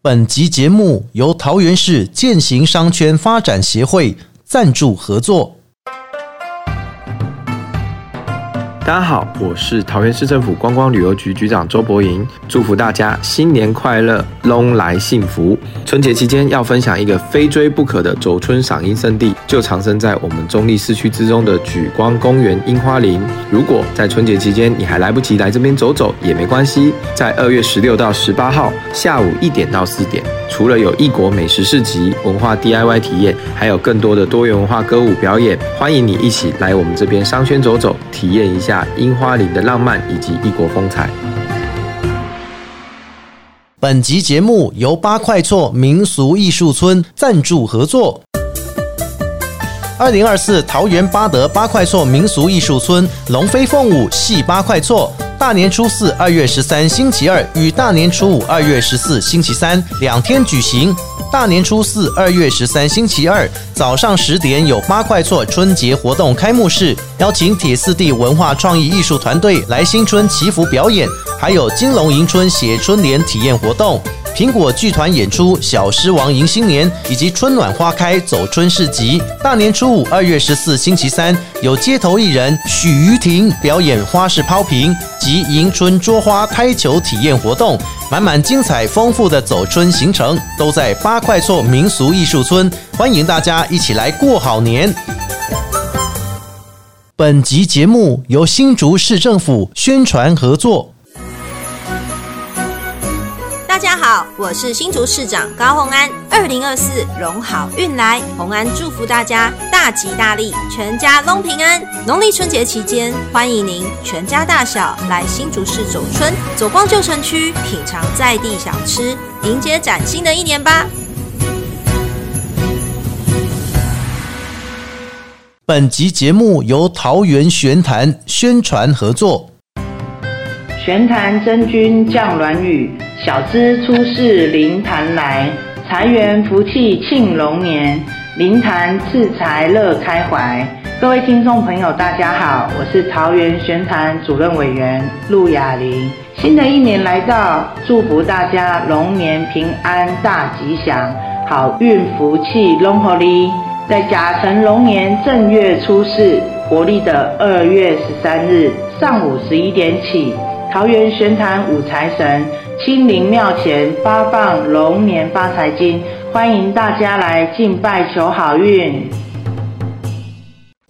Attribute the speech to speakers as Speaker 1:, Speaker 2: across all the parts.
Speaker 1: 本集节目由桃园市践行商圈发展协会赞助合作。
Speaker 2: 大家好，我是桃园市政府观光旅游局局长周博莹，祝福大家新年快乐，龙来幸福。春节期间要分享一个非追不可的走春赏樱圣地，就藏身在我们中立市区之中的举光公园樱花林。如果在春节期间你还来不及来这边走走也没关系，在二月十六到十八号下午一点到四点，除了有异国美食市集、文化 DIY 体验，还有更多的多元文化歌舞表演，欢迎你一起来我们这边商圈走走，体验一下樱花林的浪漫以及异国风采。
Speaker 1: 本集节目由八块厝民俗艺术村赞助合作。二零二四桃园八德八块厝民俗艺术村龙飞凤舞戏八块厝，大年初四二月十三星期二与大年初五二月十四星期三两天举行。大年初四二月十三星期二早上十点有八块厝春节活动开幕式，邀请铁四地文化创意艺术团队来新春祈福表演，还有金龙迎春写春联体验活动。苹果剧团演出《小狮王迎新年》以及《春暖花开》走春市集。大年初五，二月十四星期三，有街头艺人许于婷表演花式抛瓶及迎春捉花拍球体验活动，满满精彩丰富的走春行程都在八块厝民俗艺术村，欢迎大家一起来过好年。本集节目由新竹市政府宣传合作。
Speaker 3: 大家好，我是新竹市长高虹安。二零二四龙好运来，虹安祝福大家大吉大利，全家拢平安。农历春节期间，欢迎您全家大小来新竹市走春，走逛旧城区，品尝在地小吃，迎接崭新的一年吧。
Speaker 1: 本集节目由桃园玄坛宣传合作。
Speaker 4: 玄坛真君降銮雨，小资出世灵坛来，财源福气庆龙年，灵坛赐财乐开怀。各位听众朋友，大家好，我是桃园玄坛主任委员陆雅玲。新的一年来到，祝福大家龙年平安大吉祥，好运福气龙合力。在甲辰龙年正月初四，国历的二月十三日上午十一点起。桃园玄坛五财神亲临庙前发放龙年发财金，欢迎大家来敬拜求好运。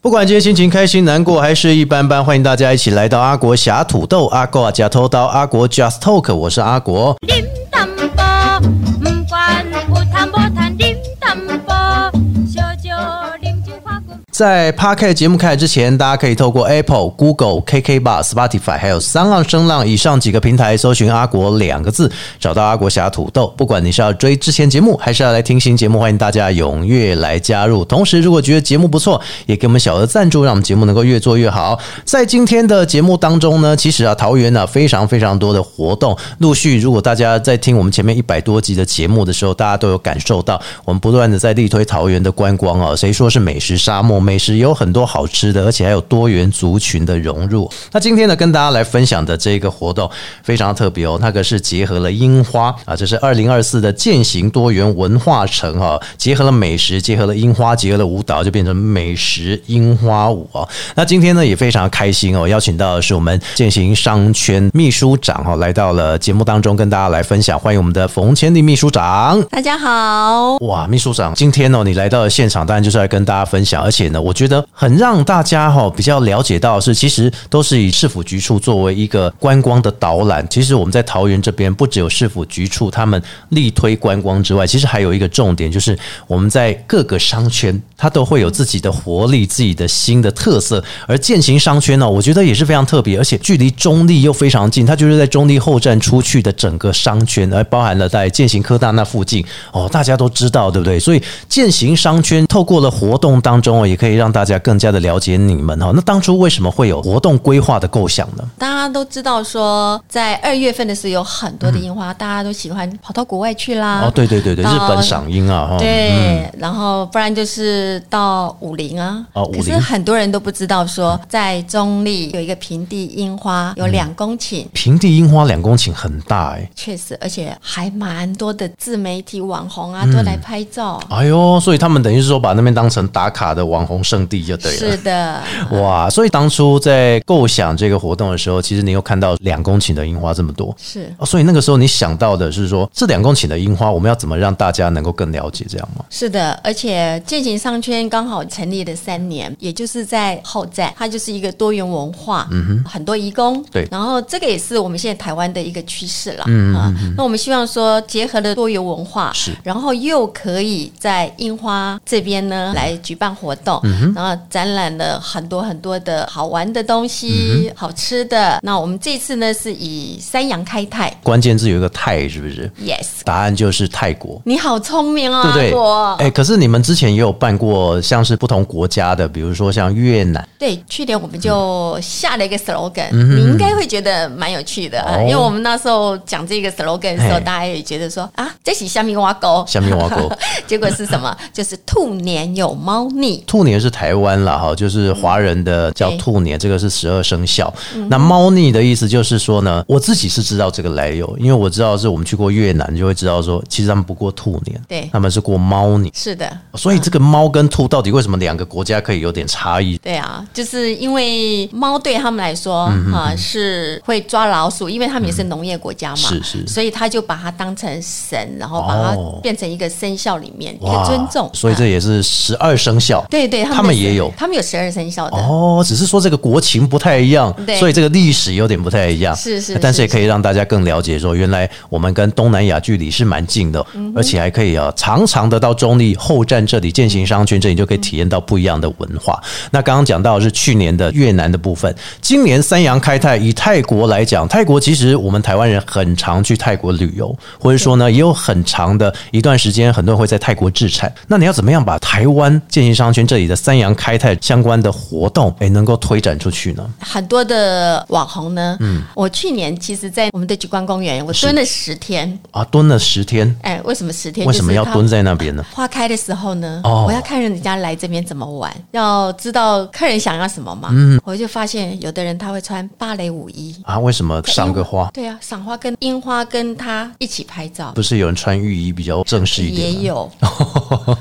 Speaker 1: 不管今天心情开心、难过还是一般般，欢迎大家一起来到阿国侠土豆、阿国假偷刀、阿国 Just Talk，我是阿国。
Speaker 5: điểm tâm bò Ừm, quan u tham bò than điểm tâm bò cho cho điểm chữ hoa cùng
Speaker 1: 在 p a r k e 节目开始之前，大家可以透过 Apple、Google、KK Bar、Spotify 还有三浪声浪以上几个平台搜寻“阿国”两个字，找到阿国侠土豆。不管你是要追之前节目，还是要来听新节目，欢迎大家踊跃来加入。同时，如果觉得节目不错，也给我们小额赞助，让我们节目能够越做越好。在今天的节目当中呢，其实啊，桃园呢、非常非常多的活动，陆续如果大家在听我们前面一百多集的节目的时候，大家都有感受到，我们不断的在力推桃园的观光哦。谁说是美食沙漠？美食有很多好吃的，而且还有多元族群的融入。那今天呢，跟大家来分享的这个活动非常特别哦，那个是结合了樱花啊，这是二零二四的践行多元文化城哦，结合了美食，结合了樱花，结合了舞蹈，就变成美食樱花舞哦。那今天呢也非常开心哦，邀请到的是我们践行商圈秘书长哦，来到了节目当中跟大家来分享，欢迎我们的冯千利秘书长。
Speaker 6: 大家好，
Speaker 1: 哇，秘书长，今天哦，你来到了现场，当然就是来跟大家分享，而且呢，我觉得很让大家哈、比较了解到的是，其实都是以市府局处作为一个观光的导览。其实我们在桃园这边，不只有市府局处他们力推观光之外，其实还有一个重点，就是我们在各个商圈，它都会有自己的活力、自己的新的特色。而践行商圈呢、我觉得也是非常特别，而且距离中立又非常近，它就是在中立后站出去的整个商圈，而包含了在践行科大那附近哦，大家都知道，对不对？所以践行商圈透过了活动当中哦，也可以以让大家更加的了解你们哈。那当初为什么会有活动规划的构想呢？
Speaker 6: 大家都知道说，在二月份的时候有很多的樱花，大家都喜欢跑到国外去啦。
Speaker 1: 嗯哦，对对对对，日
Speaker 6: 到
Speaker 1: 本赏樱啊，哈，
Speaker 6: 啊对，然后不然就是到武陵啊。
Speaker 1: 哦武陵
Speaker 6: 可是很多人都不知道说，在中立有一个平地樱花，有两公顷。
Speaker 1: 平地樱花两公顷很大哎、
Speaker 6: 确实，而且还蛮多的自媒体网红
Speaker 1: 嗯
Speaker 6: 啊，都来拍照。
Speaker 1: 哎呦，所以他们等于是说把那边当成打卡的网红圣地就对啊了
Speaker 6: 是。的，
Speaker 1: 哇，所以当初在构想这个活动的时候，其实你有看到两公顷的樱花这么多。
Speaker 6: 是
Speaker 1: 哦，所以那个时候你想到的是说，这两公顷的樱花，我们要怎么让大家能够更了解，这样吗？
Speaker 6: 是的，而且践行商圈刚好成立了三年，也就是在后站，它就是一个多元文化，嗯哼，很多移工，
Speaker 1: 对
Speaker 6: 然后这个也是我们现在台湾的一个趋势了，嗯啊，那我们希望说结合了多元文化，
Speaker 1: 是
Speaker 6: 然后又可以在樱花这边呢来举办活动，嗯、然后展览了很多很多的好玩的东西、好吃的。那我们这次呢是以山羊开泰
Speaker 1: 关键字有一个泰，是不是？
Speaker 6: ，yes，
Speaker 1: 答案就是泰国。
Speaker 6: 你好聪明哦，
Speaker 1: 对不
Speaker 6: 阿
Speaker 1: 对
Speaker 6: 果？
Speaker 1: 哎、可是你们之前也有办过像是不同国家的，比如说像越南，
Speaker 6: 对，去年我们就下
Speaker 1: 嗯
Speaker 6: 了一个 slogan，、你应该会觉得蛮有趣的、啊
Speaker 1: 哦
Speaker 6: 因为我们那时候讲这个 slogan 的时候，
Speaker 1: 嘿
Speaker 6: 大家也觉得说啊，这是虾米挖沟，
Speaker 1: 下面挖沟，
Speaker 6: 结果是什 么？就是兔年有猫腻。
Speaker 1: 兔年是台湾啦，哈，就是华人的叫兔年，这个是十二生肖。
Speaker 6: 嗯
Speaker 1: 那猫腻的意思就是说呢，我自己是知道这个来由，因为我知道是我们去过越南，就会知道说，其实他们不过兔年，
Speaker 6: 对
Speaker 1: 他们是过猫年。
Speaker 6: 是的，
Speaker 1: 所以这个猫跟兔到底为什么两个国家可以有点差异？
Speaker 6: 对啊，就是因为猫对他们来说
Speaker 1: 嗯
Speaker 6: 啊、是会抓老鼠，因为他们也是农业国家嘛，
Speaker 1: 是是
Speaker 6: 所以他就把它当成神，然后把
Speaker 1: 哦
Speaker 6: 它变成一个生肖里面、一个尊重。
Speaker 1: 所以这
Speaker 6: 啊
Speaker 1: 也是十二生肖。
Speaker 6: 对对，
Speaker 1: 他们也有
Speaker 6: 他们有十二生肖的。
Speaker 1: 哦，只是说这个国情不太一样，
Speaker 6: 对
Speaker 1: 所以这个历史有点不太一样。
Speaker 6: 是是
Speaker 1: 啊但是也
Speaker 6: 是
Speaker 1: 可以让大家更了解说，原来我们跟东南亚距离是蛮近的，
Speaker 6: 嗯
Speaker 1: 而且还可以啊，常常的到中立后站这里践行商圈这里就可以体验到不一样的文化。那刚刚讲到的是去年的越南的部分，今年三洋开泰，以泰国来讲，泰国其实我们台湾人很常去泰国旅游，或者说呢，也有很长的一段时间，很多人会在泰国置产。那你要怎么样把台湾践行商圈这里的三洋开泰相关的活动，哎，能够推展出去呢？
Speaker 6: 很多的网红呢，嗯，我去年其实，在我们的极光公园，我蹲了十天。
Speaker 1: 啊，蹲了十天，
Speaker 6: 哎，为什么十天？
Speaker 1: 为什么要蹲
Speaker 6: 就是
Speaker 1: 在那边呢？
Speaker 6: 它花开的时候呢？
Speaker 1: 哦
Speaker 6: 我要看人家来这边怎么玩，要知道客人想要什么嘛。嗯，我就发现有的人他会穿芭蕾舞衣，
Speaker 1: 啊，为什么赏个花？
Speaker 6: 对啊，赏花跟樱花跟他一起拍照
Speaker 1: 不，是有人穿浴衣比较正式一点
Speaker 6: 也
Speaker 1: 吗？
Speaker 6: 有，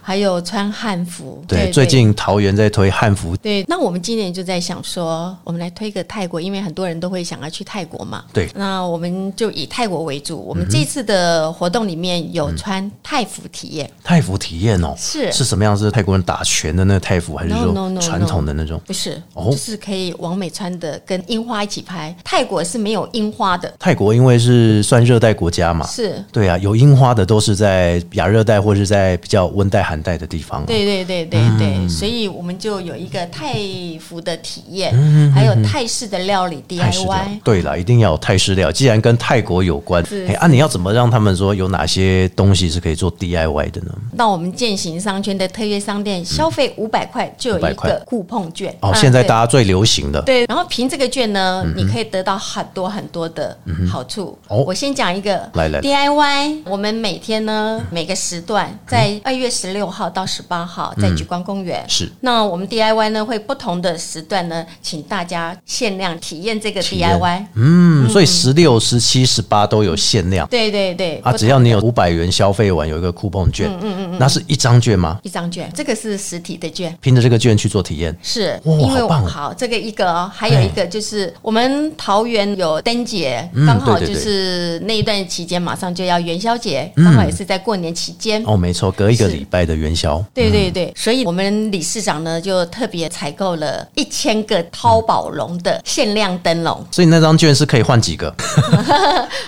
Speaker 6: 还有穿汉服。
Speaker 1: 对，最近桃园在推汉服，
Speaker 6: 对，那我们今年就在想说，我们来推个泰国，因为很多人都会想要去泰国嘛。
Speaker 1: 对
Speaker 6: 那我们就以泰国为主。我
Speaker 1: 嗯
Speaker 6: 们这次的活动里面有穿泰服体验，
Speaker 1: 泰服体验哦，
Speaker 6: 是
Speaker 1: 是什么样？是泰国人打拳的那个泰服，嗯还是
Speaker 6: No, no,
Speaker 1: 说
Speaker 6: no,
Speaker 1: 传统的那种？
Speaker 6: 不是，
Speaker 1: 哦
Speaker 6: 就是可以往美穿的，跟樱花一起拍。泰国是没有樱花的，
Speaker 1: 泰国因为是算热带国家嘛，
Speaker 6: 是。
Speaker 1: 对啊，有樱花的都是在亚热带或是在比较温带、寒带的地方、啊。
Speaker 6: 对对对对对，所以我们就有一个泰服的体
Speaker 1: 嗯
Speaker 6: 验，还有泰式的料理
Speaker 1: 泰式料
Speaker 6: DIY，
Speaker 1: 对了，一定要有泰式料。既然跟泰国有关，
Speaker 6: 是
Speaker 1: 哎，啊，你要怎么让他们说有哪些东西是可以做 DIY 的呢？
Speaker 6: 那我们践行商圈的特约商店消费五百块就有一
Speaker 1: 500块
Speaker 6: 个酷碰券。
Speaker 1: 哦，
Speaker 6: 啊
Speaker 1: 现在
Speaker 6: 对
Speaker 1: 大家最流行的，
Speaker 6: 对，然后凭这个券呢，
Speaker 1: 嗯
Speaker 6: 你可以得到很多很多的好处。
Speaker 1: 哦
Speaker 6: 我先讲一个
Speaker 1: 来来
Speaker 6: DIY，我们每天呢每个时段
Speaker 1: 嗯
Speaker 6: 在二月十六号到十八号在举光公园。
Speaker 1: 是
Speaker 6: 那我们 DIY 呢会不同的时段呢，请大家限量体验这个
Speaker 1: 体验
Speaker 6: DIY。
Speaker 1: 嗯，所以十六、十七、十八都有限量
Speaker 6: 对对对，
Speaker 1: 啊，
Speaker 6: 不
Speaker 1: 只要你有五百元消费完有一个 coupon
Speaker 6: 嗯
Speaker 1: 券，那是一张券吗？
Speaker 6: 一张券，这个是实体的券。
Speaker 1: 凭着这个券去做体验，
Speaker 6: 是，
Speaker 1: 哇
Speaker 6: 因为
Speaker 1: 好
Speaker 6: 我
Speaker 1: 棒哦
Speaker 6: 好这个一个哦，还有一个就是我们桃园有灯节，刚好
Speaker 1: 嗯对对
Speaker 6: 就
Speaker 1: 对
Speaker 6: 是那一段期间马上就要元宵节，刚好也是在过年期间。
Speaker 1: 哦，嗯没错，隔一个
Speaker 6: 嗯是
Speaker 1: 礼拜的元宵，
Speaker 6: 对对对，所以我们理事长呢就特别采购了一千个淘宝龙的限量灯笼，
Speaker 1: 所以那张券是可以换几个？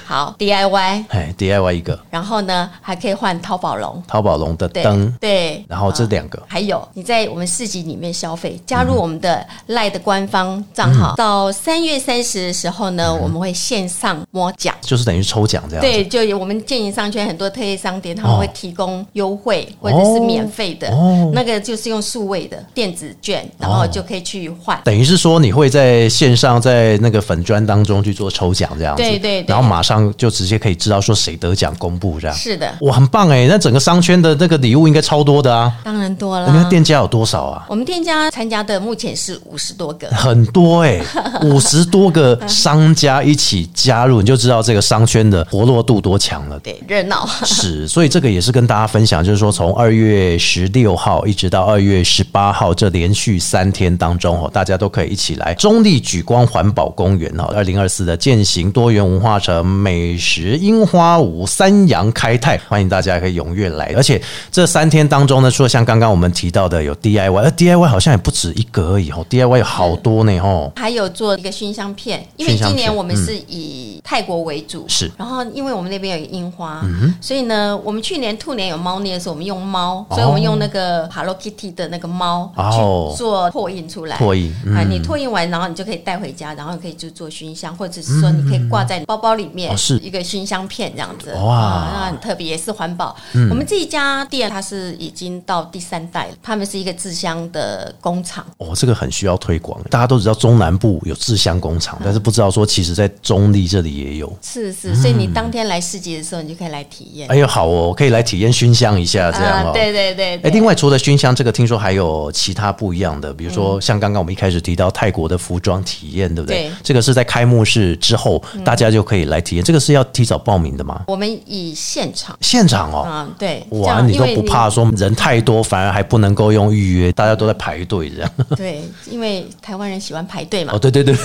Speaker 6: 好 DIY，
Speaker 1: 哎，DIY 一个，
Speaker 6: 然后呢还可以换淘宝龙。
Speaker 1: 淘宝龙的
Speaker 6: 对
Speaker 1: 灯，
Speaker 6: 对，
Speaker 1: 然后这
Speaker 6: 啊
Speaker 1: 两个
Speaker 6: 还有你在我们市集里面消费，加入我们
Speaker 1: 嗯
Speaker 6: 的赖的官方账号，到三月三十的时候呢，
Speaker 1: 嗯
Speaker 6: 我们会线上摸奖。
Speaker 1: 就是等于抽奖这样子。
Speaker 6: 对，就有我们建营商圈很多特业商店，他们
Speaker 1: 哦
Speaker 6: 会提供优惠或者是免费的，
Speaker 1: 哦
Speaker 6: 那个就是用数位的电子券，然后
Speaker 1: 哦
Speaker 6: 就可以去换。
Speaker 1: 等于是说你会在线上在那个粉砖当中去做抽奖这样子，
Speaker 6: 对对对
Speaker 1: 然后马上就直接可以知道说谁得奖公布这样。
Speaker 6: 是的，
Speaker 1: 哇，很棒哎！那整个商圈的那个礼物应该超多的啊！
Speaker 6: 当然多
Speaker 1: 你们
Speaker 6: 啦
Speaker 1: 的。店家有多少啊？
Speaker 6: 我们店家参加的目前是五十多个，
Speaker 1: 很多哎、欸，五十多个商家一起加入，你就知道这个商圈的活络度多强了。
Speaker 6: 对，热闹。
Speaker 1: 是，所以这个也是跟大家分享，就是说从二月十六号一直到二月十八号这连续三天当中哦，大家都可以一起来中立举光环保公园哦，二零二四的践行多元文化城美食樱花舞三阳开泰，欢迎大家可以踊跃来。而且这三天当中呢，除了像刚刚我们提到的有 DIY，而 DIY 好像也不止一个而已哦，DIY 有好多呢哦。
Speaker 6: 还有做一个熏香片，因为
Speaker 1: 熏香
Speaker 6: 今
Speaker 1: 片嗯
Speaker 6: 年我们是以泰国为主，
Speaker 1: 是
Speaker 6: 然后因为我们那边有樱花，所以呢，我们去年兔年有猫腻的时候，我们用猫，所以我们用那个 Hello Kitty 的那个猫
Speaker 1: 哦
Speaker 6: 去做拓印出来。
Speaker 1: 拓印
Speaker 6: 啊，
Speaker 1: 嗯
Speaker 6: 你拓印完，然后你就可以带回家，然后可以去做熏香，或者是说你可以挂在包包里面，
Speaker 1: 哦是
Speaker 6: 一个熏香片这样子。
Speaker 1: 哇嗯
Speaker 6: 啊那很特别，也是环保。我们这一家店它是已经到第三代了，他们是一个制香的工厂。
Speaker 1: 哦，这个很需要推广。大家都知道中南部有制香工厂，但是不知道说其实在中立这里也有。
Speaker 6: 是是，所以你当天来市集的时候，你就可以来体验。
Speaker 1: 嗯哎呦，好哦，可以来体验熏香一下，这样哦。
Speaker 6: 啊对对对
Speaker 1: 哎，
Speaker 6: 对。
Speaker 1: 另外除了熏香这个，听说还有其他不一样的，比如说像刚刚我们一开始提到泰国的服装体验，对不对？
Speaker 6: 对嗯
Speaker 1: 这个是在开幕式之后，大家就可以来体验。这个是要提早报名的吗？
Speaker 6: 我们以现场，
Speaker 1: 现场哦，
Speaker 6: 啊，对，这
Speaker 1: 哇，
Speaker 6: 样
Speaker 1: 你
Speaker 6: 因
Speaker 1: 都
Speaker 6: 为
Speaker 1: 不怕说人太多，反而还不能够用预约，大家都在排队这样。
Speaker 6: 对，因为台湾人喜欢排队嘛
Speaker 1: 哦，。对对对，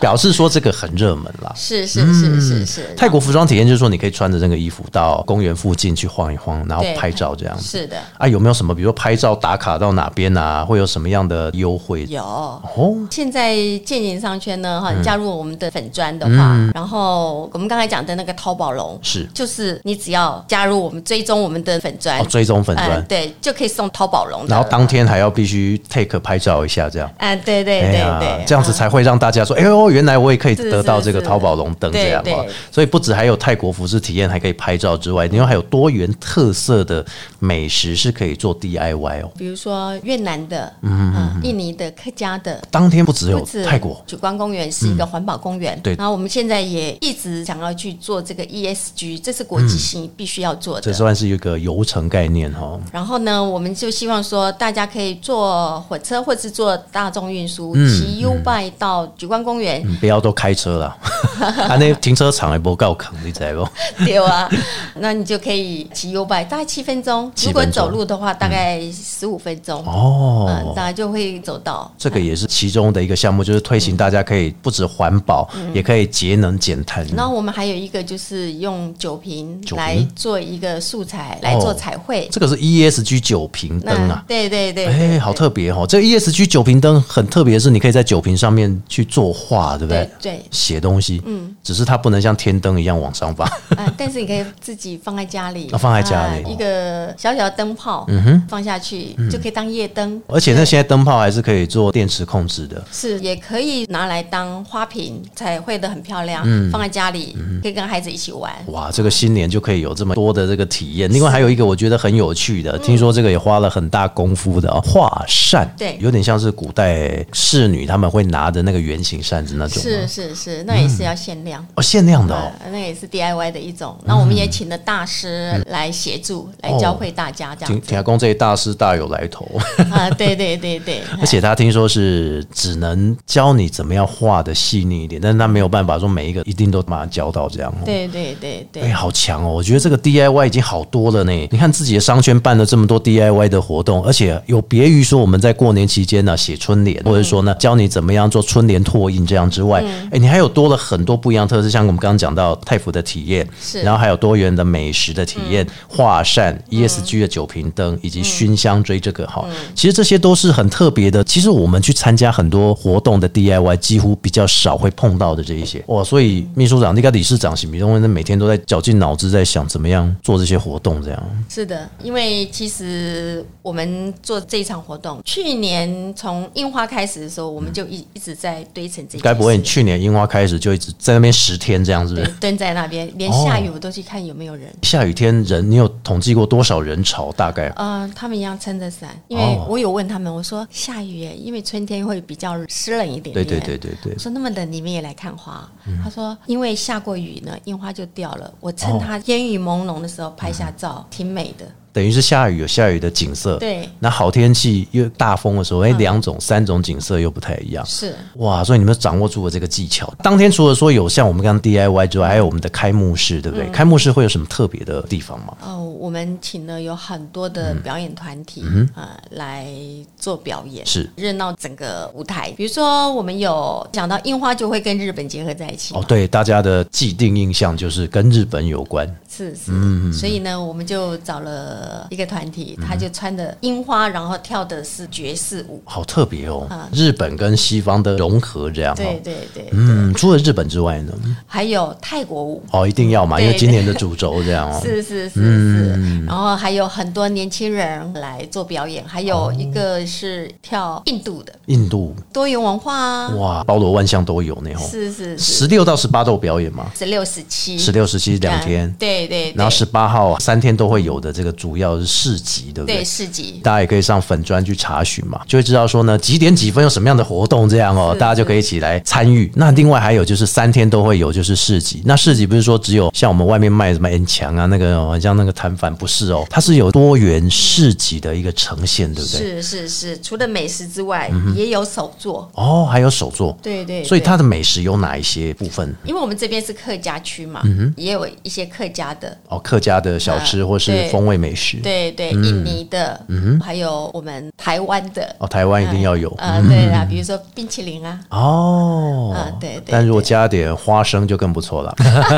Speaker 1: 表示说这个很热门啦。
Speaker 6: 是是是是是，
Speaker 1: 嗯泰国服装体验就是说，你可以穿着那个衣服到公园附近去晃一晃，然后
Speaker 6: 对
Speaker 1: 拍照这样子。
Speaker 6: 是的，
Speaker 1: 啊，有没有什么，比如说拍照打卡到哪边啊，会有什么样的优惠？
Speaker 6: 有。
Speaker 1: 哦，
Speaker 6: 现在建营商圈呢，
Speaker 1: 嗯
Speaker 6: 哈，你加入我们的粉砖的话，然后我们刚才讲的那个淘宝龙，
Speaker 1: 是
Speaker 6: 就是你只要加入我们追踪我们的粉砖
Speaker 1: 哦，，追踪粉
Speaker 6: 哎
Speaker 1: 砖，
Speaker 6: 对，就可以送淘宝龙的。
Speaker 1: 然后当天还要必须 take 拍照一下，这样。
Speaker 6: 嗯，对对
Speaker 1: 哎
Speaker 6: 对
Speaker 1: 呀
Speaker 6: 对，啊
Speaker 1: 这样子才会让大家说，哎呦，原来我也可以得到
Speaker 6: 是
Speaker 1: 这
Speaker 6: 是
Speaker 1: 个淘宝龙灯
Speaker 6: 对
Speaker 1: 这样哦
Speaker 6: 对。
Speaker 1: 所以不止还有泰国服饰体验，还可以拍照之外，你又还有多元特色的美食是可以做 DIY 哦。
Speaker 6: 比如说越南的、嗯、印尼的、客家的。
Speaker 1: 当天不只有
Speaker 6: 不止
Speaker 1: 泰国，嗯
Speaker 6: 举光公园是一个环保公园，
Speaker 1: 对
Speaker 6: 然后我们现在也一直想要去做这个 ESG，这是国际性必须要做
Speaker 1: 嗯这
Speaker 6: 的。
Speaker 1: 算是一个游程概念哦。
Speaker 6: 然后呢，我们就希望说，大家可以坐火车或是坐大众运输，
Speaker 1: 嗯
Speaker 6: 骑 U bike 到举光公园，
Speaker 1: 嗯不要都开车了，啊，那停车场也不够坑，你知道不？
Speaker 6: 对啊，那你就可以骑 U bike 大概七分钟，
Speaker 1: 七
Speaker 6: 如
Speaker 1: 分钟
Speaker 6: 果走路的话，大概十五分钟，嗯，
Speaker 1: 哦，
Speaker 6: 大概就会走到。
Speaker 1: 这个也是其中的一个项目，就是推行大家可以不止环保，
Speaker 6: 嗯
Speaker 1: 也可以节能减碳。
Speaker 6: 然后我们还有一个就是用酒瓶
Speaker 1: 嗯酒瓶哦
Speaker 6: 来做一个素材，来做彩绘。
Speaker 1: 这个是 E ESG 酒瓶灯啊。
Speaker 6: 对对对，
Speaker 1: 哎，好特别哦！这个 ESG 酒瓶灯很特别，是你可以在酒瓶上面去作画，对不对
Speaker 6: 对？对
Speaker 1: 写东西，嗯，只是它不能像天灯一样往上发，
Speaker 6: 啊！ 但是你可以自己放在家里，
Speaker 1: 啊放在家里
Speaker 6: 啊一个小小的灯泡，嗯哼，放下去就可以当夜灯，
Speaker 1: 而且那现在灯泡还是可以做电池控制的。
Speaker 6: 是也可以拿来当花瓶，彩绘的很漂亮，
Speaker 1: 嗯
Speaker 6: 放在家里可以跟孩子一起玩。
Speaker 1: 哇，这个新年就可以有这么多的这个体验。另外还有一个我觉得很有趣
Speaker 6: 嗯
Speaker 1: 的，听说这个也花了很大功夫的哦，画扇，
Speaker 6: 对
Speaker 1: 有点像是古代侍女他们会拿着那个圆形扇子那种吗，
Speaker 6: 是是是，那也是要限量。
Speaker 1: 哦，限量的哦
Speaker 6: 啊，，那也是 DIY 的一种。那我们也
Speaker 1: 嗯
Speaker 6: 请了大师来协助，来教会大家这
Speaker 1: 挺
Speaker 6: 样子
Speaker 1: 挺下公这一大师大有来 头，
Speaker 6: 啊！对对对对，
Speaker 1: 而且他听说是只能教你怎么样画的细腻一点，但是他没有办法说每一个一定都把它教到这样哦。
Speaker 6: 对对对对
Speaker 1: 哎、，好强哦！我觉得这个 DIY 已经好多了呢。你看自己的商圈办了这么多 DIY 的活动，而且有别于说我们在过年期间呢、写春
Speaker 6: 嗯
Speaker 1: 联，或者说呢教你怎么样做春联拓印这样之外，哎、你还有多了很多不一样的特色，像我们刚刚讲到泰服的体验，
Speaker 6: 是
Speaker 1: 然后还有多元的美食的体
Speaker 6: 嗯
Speaker 1: 验，画扇、ESG 的酒瓶灯，以及熏香锥这个哈、
Speaker 6: 嗯
Speaker 1: 其实这些都是很特别的。其实我们去参加很多活动的 DIY，几乎比较少会碰到的这一些哇。所以秘书长、那个理事长、行不中，那每天都在绞尽脑汁在想怎么样做这些活动，这样。
Speaker 6: 是的，因为其实我们做这一场活动，去年从樱花开始的时候，我们就一一直在堆成这件事。
Speaker 1: 该不会你去年樱花开始就一直在那边十天这样，是不
Speaker 6: 对
Speaker 1: 是？
Speaker 6: 蹲在那边，连
Speaker 1: 哦
Speaker 6: 下雨我都去看有没有人。
Speaker 1: 下雨天人，你有统计过多少人潮？大概
Speaker 6: 呃，他们一样撑着伞，因为
Speaker 1: 哦
Speaker 6: 我有问他们，我说下雨耶，因为春天会比较湿冷一点点。
Speaker 1: 对对对嗯对对
Speaker 6: 我，说那么冷，你们也来看花？他说因为下过雨呢，樱花就掉了。我趁
Speaker 1: 哦嗯
Speaker 6: 它烟雨朦胧的时候拍下照，挺美的。
Speaker 1: 等于是下雨有下雨的景色，
Speaker 6: 对，
Speaker 1: 那好天气又大风的时候，
Speaker 6: 嗯
Speaker 1: 哎，两种、三种景色又不太一样。
Speaker 6: 是
Speaker 1: 哇，所以你们掌握住了这个技巧。当天除了说有像我们刚刚 DIY 之外，还有我们的开幕式，对不
Speaker 6: 嗯
Speaker 1: 对？开幕式会有什么特别的地方吗？
Speaker 6: 哦，我们请了有很多的
Speaker 1: 嗯
Speaker 6: 表演团体啊、呃来做表演，
Speaker 1: 是
Speaker 6: 热闹整个舞台。比如说，我们有讲到樱花就会跟日本结合在一起嘛
Speaker 1: 哦，对，大家的既定印象就是跟日本有关，
Speaker 6: 是
Speaker 1: 嗯
Speaker 6: 是，所以呢，我们就找了一个团体，
Speaker 1: 嗯
Speaker 6: 他就穿的樱花，然后跳的是爵士舞。
Speaker 1: 好特别哦。
Speaker 6: 啊
Speaker 1: 日本跟西方的融合这样、哦。
Speaker 6: 对对对，
Speaker 1: 嗯，除了日本之外呢？
Speaker 6: 还有泰国舞。
Speaker 1: 哦，一定要嘛，因为
Speaker 6: 对
Speaker 1: 今年的主轴这样哦。
Speaker 6: 是是是是，
Speaker 1: 嗯
Speaker 6: 然后还有很多年轻人来做表演，还有一个是跳印度的
Speaker 1: 印度
Speaker 6: 多元文化啊，
Speaker 1: 哇，包罗万象都有呢哦。
Speaker 6: 是是是，
Speaker 1: 十六到十八都有表演嘛，
Speaker 6: 十六十七，
Speaker 1: 十六、十七两天
Speaker 6: 嗯，对对，对
Speaker 1: 然后十八号三天都会有的这个主要是市集，对不
Speaker 6: 对市集，
Speaker 1: 大家也可以上粉专去查询嘛，就会知道说呢几点几分有什么样的活动，这样哦，
Speaker 6: 是
Speaker 1: 大家就可以一起来参与。那另外还有就是三天都会有就是市集，那市集不是说只有像我们外面卖什么 N 墙啊那个哦很像那个摊贩，不是哦，它是有多元市集的一个呈现，对不对？
Speaker 6: 是是是，除了美食之外，也有手作，
Speaker 1: 哦，还有手作，
Speaker 6: 对对，
Speaker 1: 所以
Speaker 6: 对
Speaker 1: 它的美食有哪一些部分？
Speaker 6: 因为我们这边是客家区嘛，
Speaker 1: 嗯
Speaker 6: 也有一些客家的，
Speaker 1: 哦，客家的小吃
Speaker 6: 啊
Speaker 1: 或是
Speaker 6: 对
Speaker 1: 风味美食，
Speaker 6: 对对，
Speaker 1: 嗯
Speaker 6: 印尼的，还有我们台湾的，
Speaker 1: 哦，嗯台湾一定要有。
Speaker 6: 呃，对啊，比如说冰淇淋啊，
Speaker 1: 哦，
Speaker 6: 啊对对
Speaker 1: 但如果
Speaker 6: 对
Speaker 1: 加点花生就更不错了。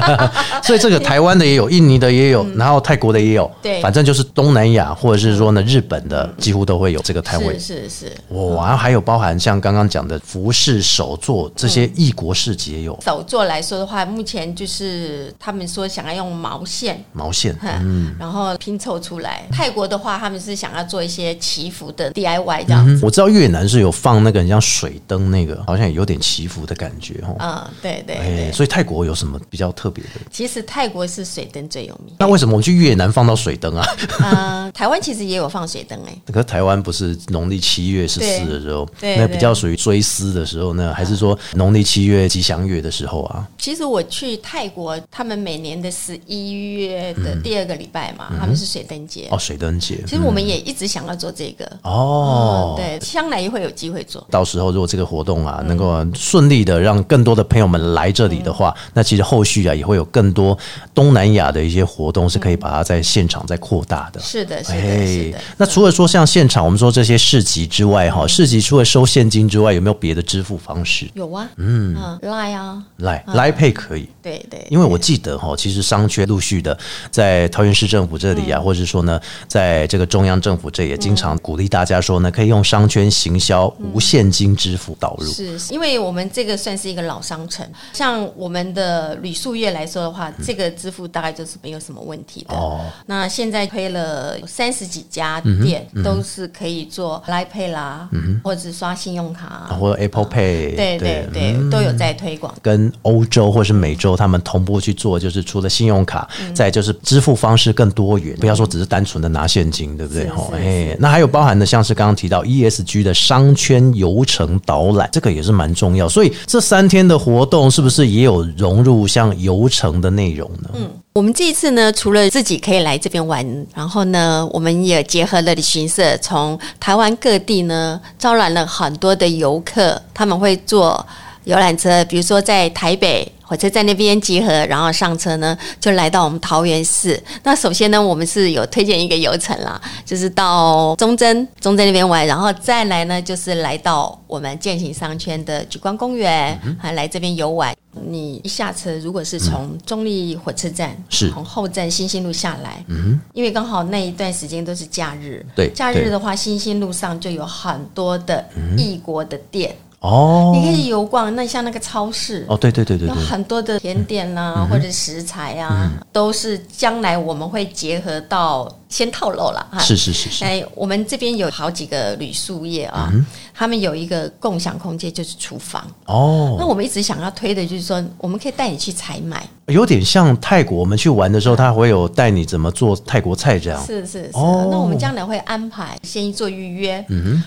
Speaker 1: 所以这个台湾的也有，印尼的也有，然后泰国的也有，
Speaker 6: 嗯对
Speaker 1: 反正就是东南亚或者是说呢日本的几乎都会有这个摊位
Speaker 6: 是。是是，
Speaker 1: 哇，然后还有包含像刚刚讲的服饰、手作这些异国市集也有
Speaker 6: 手作来说的话，目前就是他们说想要用毛线。
Speaker 1: 毛线，
Speaker 6: 哼
Speaker 1: 嗯
Speaker 6: 然后拼凑出来。泰国的话，他们是想要做一些祈福的 DIY 这样子。
Speaker 1: 嗯我知道越南是有放那个很像水灯那个，好像有点祈福的感觉哦。
Speaker 6: 嗯，对对
Speaker 1: 哎，
Speaker 6: 对。
Speaker 1: 所以泰国有什么比较特别的？
Speaker 6: 其实泰国是水灯最有 名。
Speaker 1: 那为什么我们去越南放到水灯啊？
Speaker 6: 嗯，台湾其实也有放水灯哎、
Speaker 1: 可是台湾不是农历七月十四
Speaker 6: 对
Speaker 1: 的时候，
Speaker 6: 对
Speaker 1: 那
Speaker 6: 对
Speaker 1: 比较属于追思的时候呢，还是说农历七月吉祥月的时候啊？
Speaker 6: 其实我去泰国，他们每年的十一月的第二个礼拜嘛，他们是水灯节。
Speaker 1: 嗯哦，水灯节。
Speaker 6: 其实我们也一直想要做这个。
Speaker 1: 哦
Speaker 6: 嗯，，对，将来也会有机会做。
Speaker 1: 到时候如果这个活动啊能够顺利的让更多的朋友们来这里的话，
Speaker 6: 嗯
Speaker 1: 那其实后续啊也会有更多东南亚的一些活动是可以把它在现场再扩大的。哎
Speaker 6: 是的，是的，是的。
Speaker 1: 那除了说像现场我们说这些市集之外，哈，市集除了收现金之外，有没有别的支付方式？
Speaker 6: 有啊，嗯，Line 啊，
Speaker 1: 来，来配可以。
Speaker 6: 对对，
Speaker 1: 因为我记得哈，其实商圈陆续的在桃园市政府这里
Speaker 6: 嗯
Speaker 1: 啊，或者说呢，在这个中央政府这也经常鼓励大家说呢，可以用商圈行销无现金支付导入。
Speaker 6: 嗯是是因为我们这个算是一个老商城，像我们的旅宿业来说的
Speaker 1: 嗯
Speaker 6: 话，这个支付大概就是没有什么问题的。
Speaker 1: 哦，
Speaker 6: 那现在推了三十几家店，都是可以做 Line Pay 啦，或者是刷信用卡啊，
Speaker 1: 或者 Apple Pay，
Speaker 6: 对对对，
Speaker 1: 哦嗯
Speaker 6: 都有在推广。
Speaker 1: 跟欧洲或是美洲他们同步去做，就是除了信用卡，
Speaker 6: 嗯
Speaker 1: 再就是支付方式更多元，不要说只是单纯的拿现金，对不对？
Speaker 6: 是
Speaker 1: 吼
Speaker 6: 是
Speaker 1: 哎，那还有包含的像是刚刚提到 ESG 的商圈游程导览，这个也是蛮重要。所以这三天的活动是不是也有融入像游程的内容呢？嗯，
Speaker 6: 我们这一次呢，除了自己可以来这边玩，然后呢，我们也结合了旅行社，从台湾各地呢招揽了很多的游客，他们会坐游览车，比如说在台北。火车站那边集合，然后上车呢，就来到我们桃园市。那首先呢，我们是有推荐一个游程啦， 就是到中贞中贞那边玩，然后再来呢，就是来到我们践行商圈的举光公园，
Speaker 1: 嗯
Speaker 6: 还、来这边游玩。你一下车，如果是从中立火车站，
Speaker 1: 嗯是嗯
Speaker 6: 从后站新兴路下来，因为刚好那一段时间都是假日，
Speaker 1: 对嗯
Speaker 6: 假日的话，新兴路上就有很多的异国的店。
Speaker 1: 哦，
Speaker 6: 你可以游逛，那像那个超市
Speaker 1: 哦，对对对对嗯
Speaker 6: 有
Speaker 1: 对，
Speaker 6: 很多的甜点啦、或者食材啊，都是将来我们会结合到先透露了哈。
Speaker 1: 是是是是，嗯
Speaker 6: 哎，我们这边有好几个旅宿业啊，他们有一个共享空间，就是厨房。那
Speaker 1: 哦，
Speaker 6: 我们一直想要推的就是说，我们可以带你去采买，
Speaker 1: 有点像泰国，我们去玩的时候，他会有带你怎么做泰国菜这样。
Speaker 6: 是是是。
Speaker 1: 哦嗯
Speaker 6: 那我们将来会安排先做预约，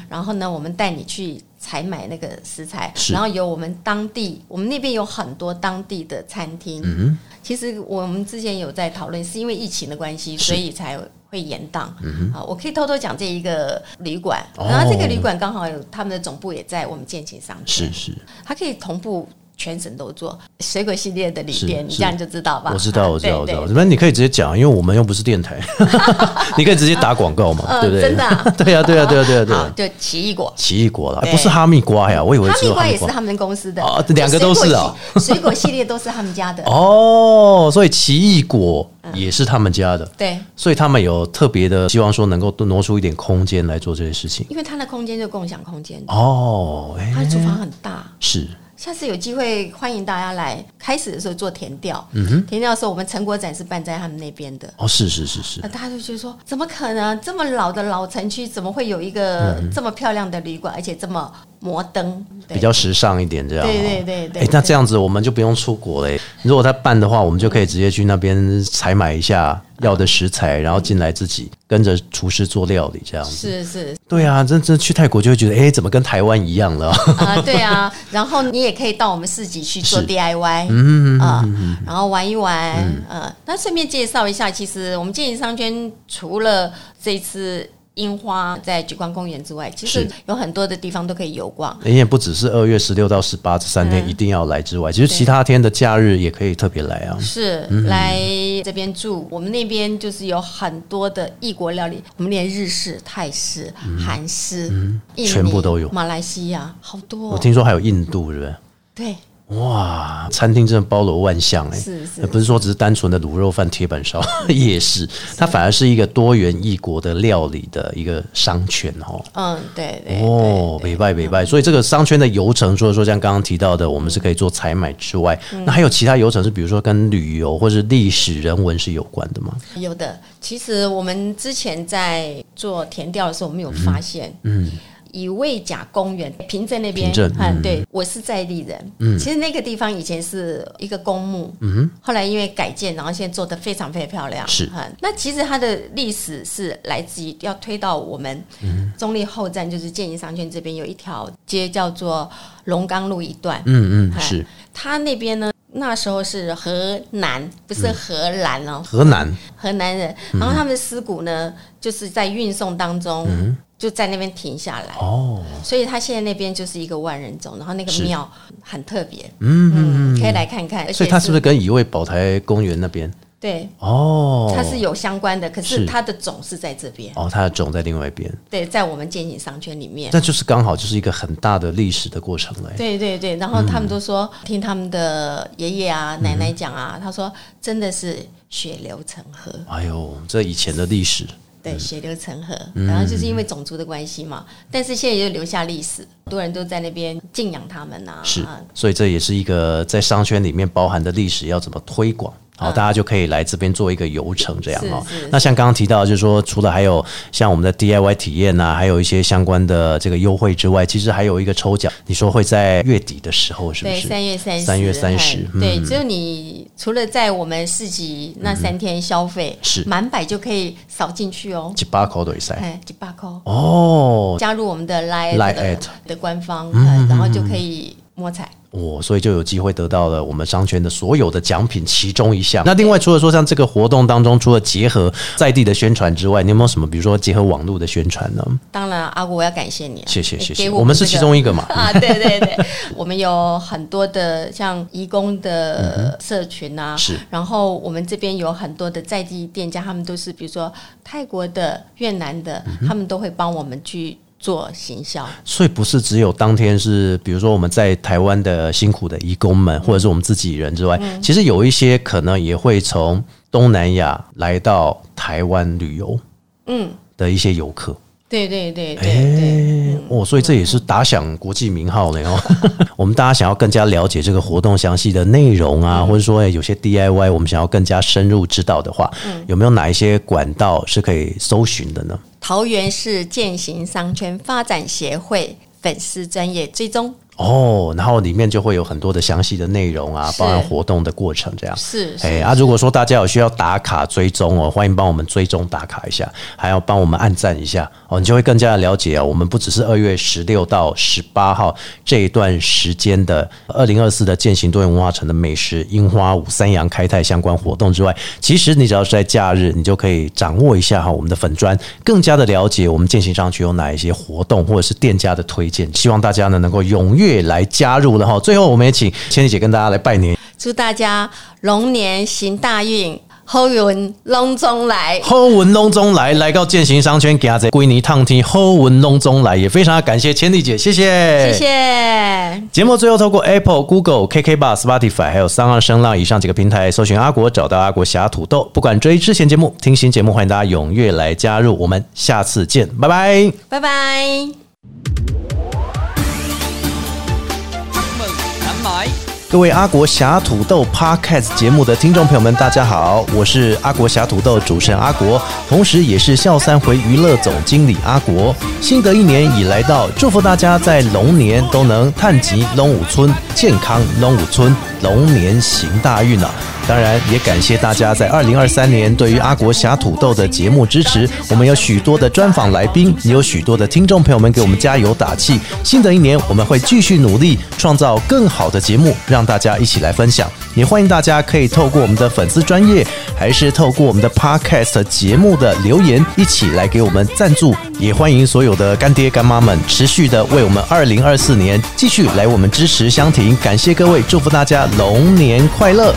Speaker 6: 然后呢，我们带你去采买那个食材，
Speaker 1: 是
Speaker 6: 然后有我们当地，我们那边有很多当地的餐厅。
Speaker 1: 嗯
Speaker 6: 其实我们之前有在讨论，是因为疫情的关系，所以才。会延档、啊！我可以偷偷讲这一个旅馆，
Speaker 1: 嗯哦
Speaker 6: 然后这个旅馆刚好有他们的总部也在我们建琴上，
Speaker 1: 是是，
Speaker 6: 它可以同步全省都做水果系列的旅
Speaker 1: 是
Speaker 6: 店，你
Speaker 1: 是
Speaker 6: 这样就知道吧？
Speaker 1: 我知道，我知道，
Speaker 6: 对
Speaker 1: 我知道。
Speaker 6: 对
Speaker 1: 那你可以直接讲，因为我们又不是电 台，你可以直接打广告嘛，
Speaker 6: 嗯
Speaker 1: 对不对？
Speaker 6: 真的啊
Speaker 1: 对呀，对呀，对呀，对呀，对
Speaker 6: 好，
Speaker 1: 呀。
Speaker 6: 就奇异果。
Speaker 1: 奇异果啦，
Speaker 6: 对
Speaker 1: 不是哈密瓜呀，我以为
Speaker 6: 哈
Speaker 1: 只
Speaker 6: 密
Speaker 1: 有
Speaker 6: 瓜
Speaker 1: 哈
Speaker 6: 也
Speaker 1: 密
Speaker 6: 是
Speaker 1: 瓜。
Speaker 6: 他们公司的
Speaker 1: 哦两个都是啊
Speaker 6: 就水果系水果系列都是他们家的。
Speaker 1: 哦，所以奇异果也是他们家的，
Speaker 6: 对，
Speaker 1: 所以他们有特别的希望说能够多挪出一点空间来做这些事情。
Speaker 6: 因为它的空间就共享空间，
Speaker 1: 哦，哎、
Speaker 6: 它的厨房很大。
Speaker 1: 是
Speaker 6: 下次有机会欢迎大家来。开始的时候做甜调，甜调的时候我们成果展是办在他们那边的。
Speaker 1: 哦，是是是是
Speaker 6: 那，大家就觉得说，怎么可能这么老的老城区，怎么会有一个这么漂亮的旅馆，而且这么摩登？对
Speaker 1: 比较时尚一点这样哦。
Speaker 6: 对对对对
Speaker 1: 哎、那
Speaker 6: 对
Speaker 1: 这样子我们就不用出国嘞。如果他办的话，我们就可以直接去那边采买一下要的食材，然后进来自己跟着厨师做料理这样子。
Speaker 6: 是是
Speaker 1: 对啊，真真去泰国就会觉得，哎、怎么跟台湾一样了？
Speaker 6: 啊、对啊，然后你也可以到我们市集去做
Speaker 1: 是
Speaker 6: DIY，嗯啊、然后玩一玩，嗯、那顺便介绍一下，其实我们建营商圈除了这一次樱花在橘光公园之外，其实
Speaker 1: 是
Speaker 6: 有很多的地方都可以游逛。
Speaker 1: 你也不只是二月十六到十八这三
Speaker 6: 嗯
Speaker 1: 天一定要来之外，其实其他天的假日也可以特别来啊。
Speaker 6: 是来这边住，我们那边就是有很多的异国料理，我们连日式、泰式、韩式、
Speaker 1: 嗯
Speaker 6: 印尼
Speaker 1: 全部都有
Speaker 6: 马来西亚好多、
Speaker 1: 我
Speaker 6: 哦，
Speaker 1: 听说还有印度，是不是？
Speaker 6: 对，
Speaker 1: 哇，餐厅真的包罗万象哎、
Speaker 6: 是是
Speaker 1: 呃不是说只是单纯的卤肉饭、铁板烧、 夜市，它反而是一个多元异国的料理的一个商圈哦。
Speaker 6: 嗯，对对
Speaker 1: 哦，
Speaker 6: 对
Speaker 1: 北
Speaker 6: 对
Speaker 1: 拜北拜，所以这个商圈的游程，除了说像刚刚提到的，我们是可以做采买之外，
Speaker 6: 嗯
Speaker 1: 那还有其他游程是，比如说跟旅游或是历史人文是有关的吗？
Speaker 6: 有的，其实我们之前在做填调的时候，我们有发现，嗯，以魏甲公园平镇那边
Speaker 1: 平镇，
Speaker 6: 嗯
Speaker 1: 嗯，
Speaker 6: 对我是在地人，嗯，其实那个地方以前是一个公墓，嗯，后来因为改建，然后现在做的非常非常漂亮，
Speaker 1: 是
Speaker 6: 嗯，那其实它的历史是来自于要推到我们
Speaker 1: 嗯
Speaker 6: 中立后站，就是建营商圈这边有一条街叫做龙岗路一段，
Speaker 1: 嗯嗯，
Speaker 6: 哎
Speaker 1: 是
Speaker 6: 它那边呢。那时候是河南，不是荷兰哦，
Speaker 1: 河南
Speaker 6: 河南人，
Speaker 1: 嗯
Speaker 6: 然后他们的尸骨呢，就是在运送当中。就在那边停下来，
Speaker 1: 嗯哦，
Speaker 6: 所以他现在那边就是一个万人冢，然后那个
Speaker 1: 是
Speaker 6: 庙很特别，
Speaker 1: 嗯，
Speaker 6: 嗯，可以来看看。而且
Speaker 1: 所以它是不是跟一位宝台公园那边？
Speaker 6: 对？
Speaker 1: 哦，
Speaker 6: 它是有相关的，可
Speaker 1: 是
Speaker 6: 是它的种是在这边，
Speaker 1: 哦，它的种在另外一边，
Speaker 6: 对，在我们建景商圈里面。
Speaker 1: 那就是刚好就是一个很大的历史的过程了。
Speaker 6: 对对对，然后他们都说，
Speaker 1: 嗯
Speaker 6: 听他们的爷爷啊、奶奶讲啊，他说真的是血流成河。
Speaker 1: 哎呦，这以前的历史
Speaker 6: 对，血流成河，
Speaker 1: 嗯
Speaker 6: 然后就是因为种族的关系嘛，但是现在也留下历史，很多人都在那边敬仰他们呐、啊。
Speaker 1: 是，所以这也是一个在商圈里面包含的历史要怎么推广。好，大家就可以来这边做一个游程，这样
Speaker 6: 嗯是
Speaker 1: 哈
Speaker 6: 是。
Speaker 1: 那像刚刚提到，就是说，除了还有像我们的 DIY 体验呐、还有一些相关的这个优惠之外，其实还有一个抽奖，你说会在月底的时候，是不
Speaker 6: 对，
Speaker 1: 是？
Speaker 6: 三月三十，
Speaker 1: 三月三十嗯
Speaker 6: 嗨，对，只有你除了在我们市集那三天消费，
Speaker 1: 是
Speaker 6: 满百就可以扫进去哦，
Speaker 1: 七八口对赛
Speaker 6: 哎，几百块，
Speaker 1: 哦，
Speaker 6: 加入我们的 Line
Speaker 1: Line
Speaker 6: 的
Speaker 1: at 嗯
Speaker 6: 的官方，哎然后就可以摸彩。
Speaker 1: 我、所以就有机会得到了我们商圈的所有的奖品其中一项。那另外除了说像这个活动当中，除了结合在地的宣传之外，你有没有什么比如说结合网络的宣传呢？
Speaker 6: 当然，阿古，我要感谢你啊、
Speaker 1: 谢谢
Speaker 6: 你
Speaker 1: 谢
Speaker 6: 给
Speaker 1: 谢，
Speaker 6: 我
Speaker 1: 我们是
Speaker 6: 这
Speaker 1: 其
Speaker 6: 个。
Speaker 1: 中一个嘛
Speaker 6: 啊，对 对对，我们有很多的像义工
Speaker 1: 嗯
Speaker 6: 的社群啊，
Speaker 1: 是
Speaker 6: 然后我们这边有很多的在地店家，他们都是比如说泰国的、越南的，他们都会帮我们去做行销。
Speaker 1: 所以不是只有当天是，比如说我们在台湾的辛苦的义工们，或者是我们自己人之外，
Speaker 6: 嗯
Speaker 1: 其实有一些可能也会从东南亚来到台湾旅游，嗯，的一些游客。
Speaker 6: 对对对对嗯对，
Speaker 1: 哎，哦，所以这也是打响国际名号了哦。 我们大家想要更加了解这个活动详细的内容啊，
Speaker 6: 嗯
Speaker 1: 或者说、哎有些 DIY 我们想要更加深入知道的话，
Speaker 6: 嗯
Speaker 1: 有没有哪一些管道是可以搜寻的呢？
Speaker 6: 桃园市践行商圈发展协会粉丝专业追踪
Speaker 1: 哦，然后里面就会有很多的详细的内容啊，包含活动的过程这样。
Speaker 6: 是是
Speaker 1: 哎啊，如果说大家有需要打卡追踪哦，欢迎帮我们追踪打卡一下，还要帮我们按赞一下哦，你就会更加的了解哦。我们不只是二月十六到十八号这一段时间的二零二四的践行多元文化城的美食樱花舞三阳开泰相关活动之外，其实你只要是在假日，你就可以掌握一下哈我们的粉砖，更加的了解我们践行上去有哪一些活动或者是店家的推荐，希望大家呢能够踊跃来加入了哈。最后，我们也请千里姐跟大家来拜年。
Speaker 6: 祝大家龙年行大运，好运龙中来。
Speaker 1: 后文隆中来，来到践行商圈，给阿仔归泥烫听。后文隆中来，也非常感谢千丽姐，谢谢，
Speaker 6: 谢。谢。
Speaker 1: 节目最后透过 Apple、Google、KK Bar、Spotify 还有三二声浪以上几个平台搜寻阿国，找到阿国侠土豆。不管追之前节目、听新节目，欢迎大家踊跃来加入。我们下次见，拜拜。
Speaker 6: 拜拜。
Speaker 1: 各位阿国侠土豆 Podcast 节目的听众朋友们，大家好，我是阿国侠土豆主持人阿国，同时也是笑三回娱乐总经理阿国。新的一年已来到，祝福大家在龙年都能探及龙武村，健康龙武村，龙年行大运啊！当然，也感谢大家在二零二三年对于阿国侠土豆的节目支持。我们有许多的专访来宾，也有许多的听众朋友们给我们加油打气。新的一年，我们会继续努力，创造更好的节目，让大家一起来分享。也欢迎大家可以透过我们的粉丝专业，还是透过我们的 Podcast 节目的留言，一起来给我们赞助。也欢迎所有的干爹干妈们持续的为我们二零二四年继续来我们支持相挺。感谢各位，祝福大家龙年快乐！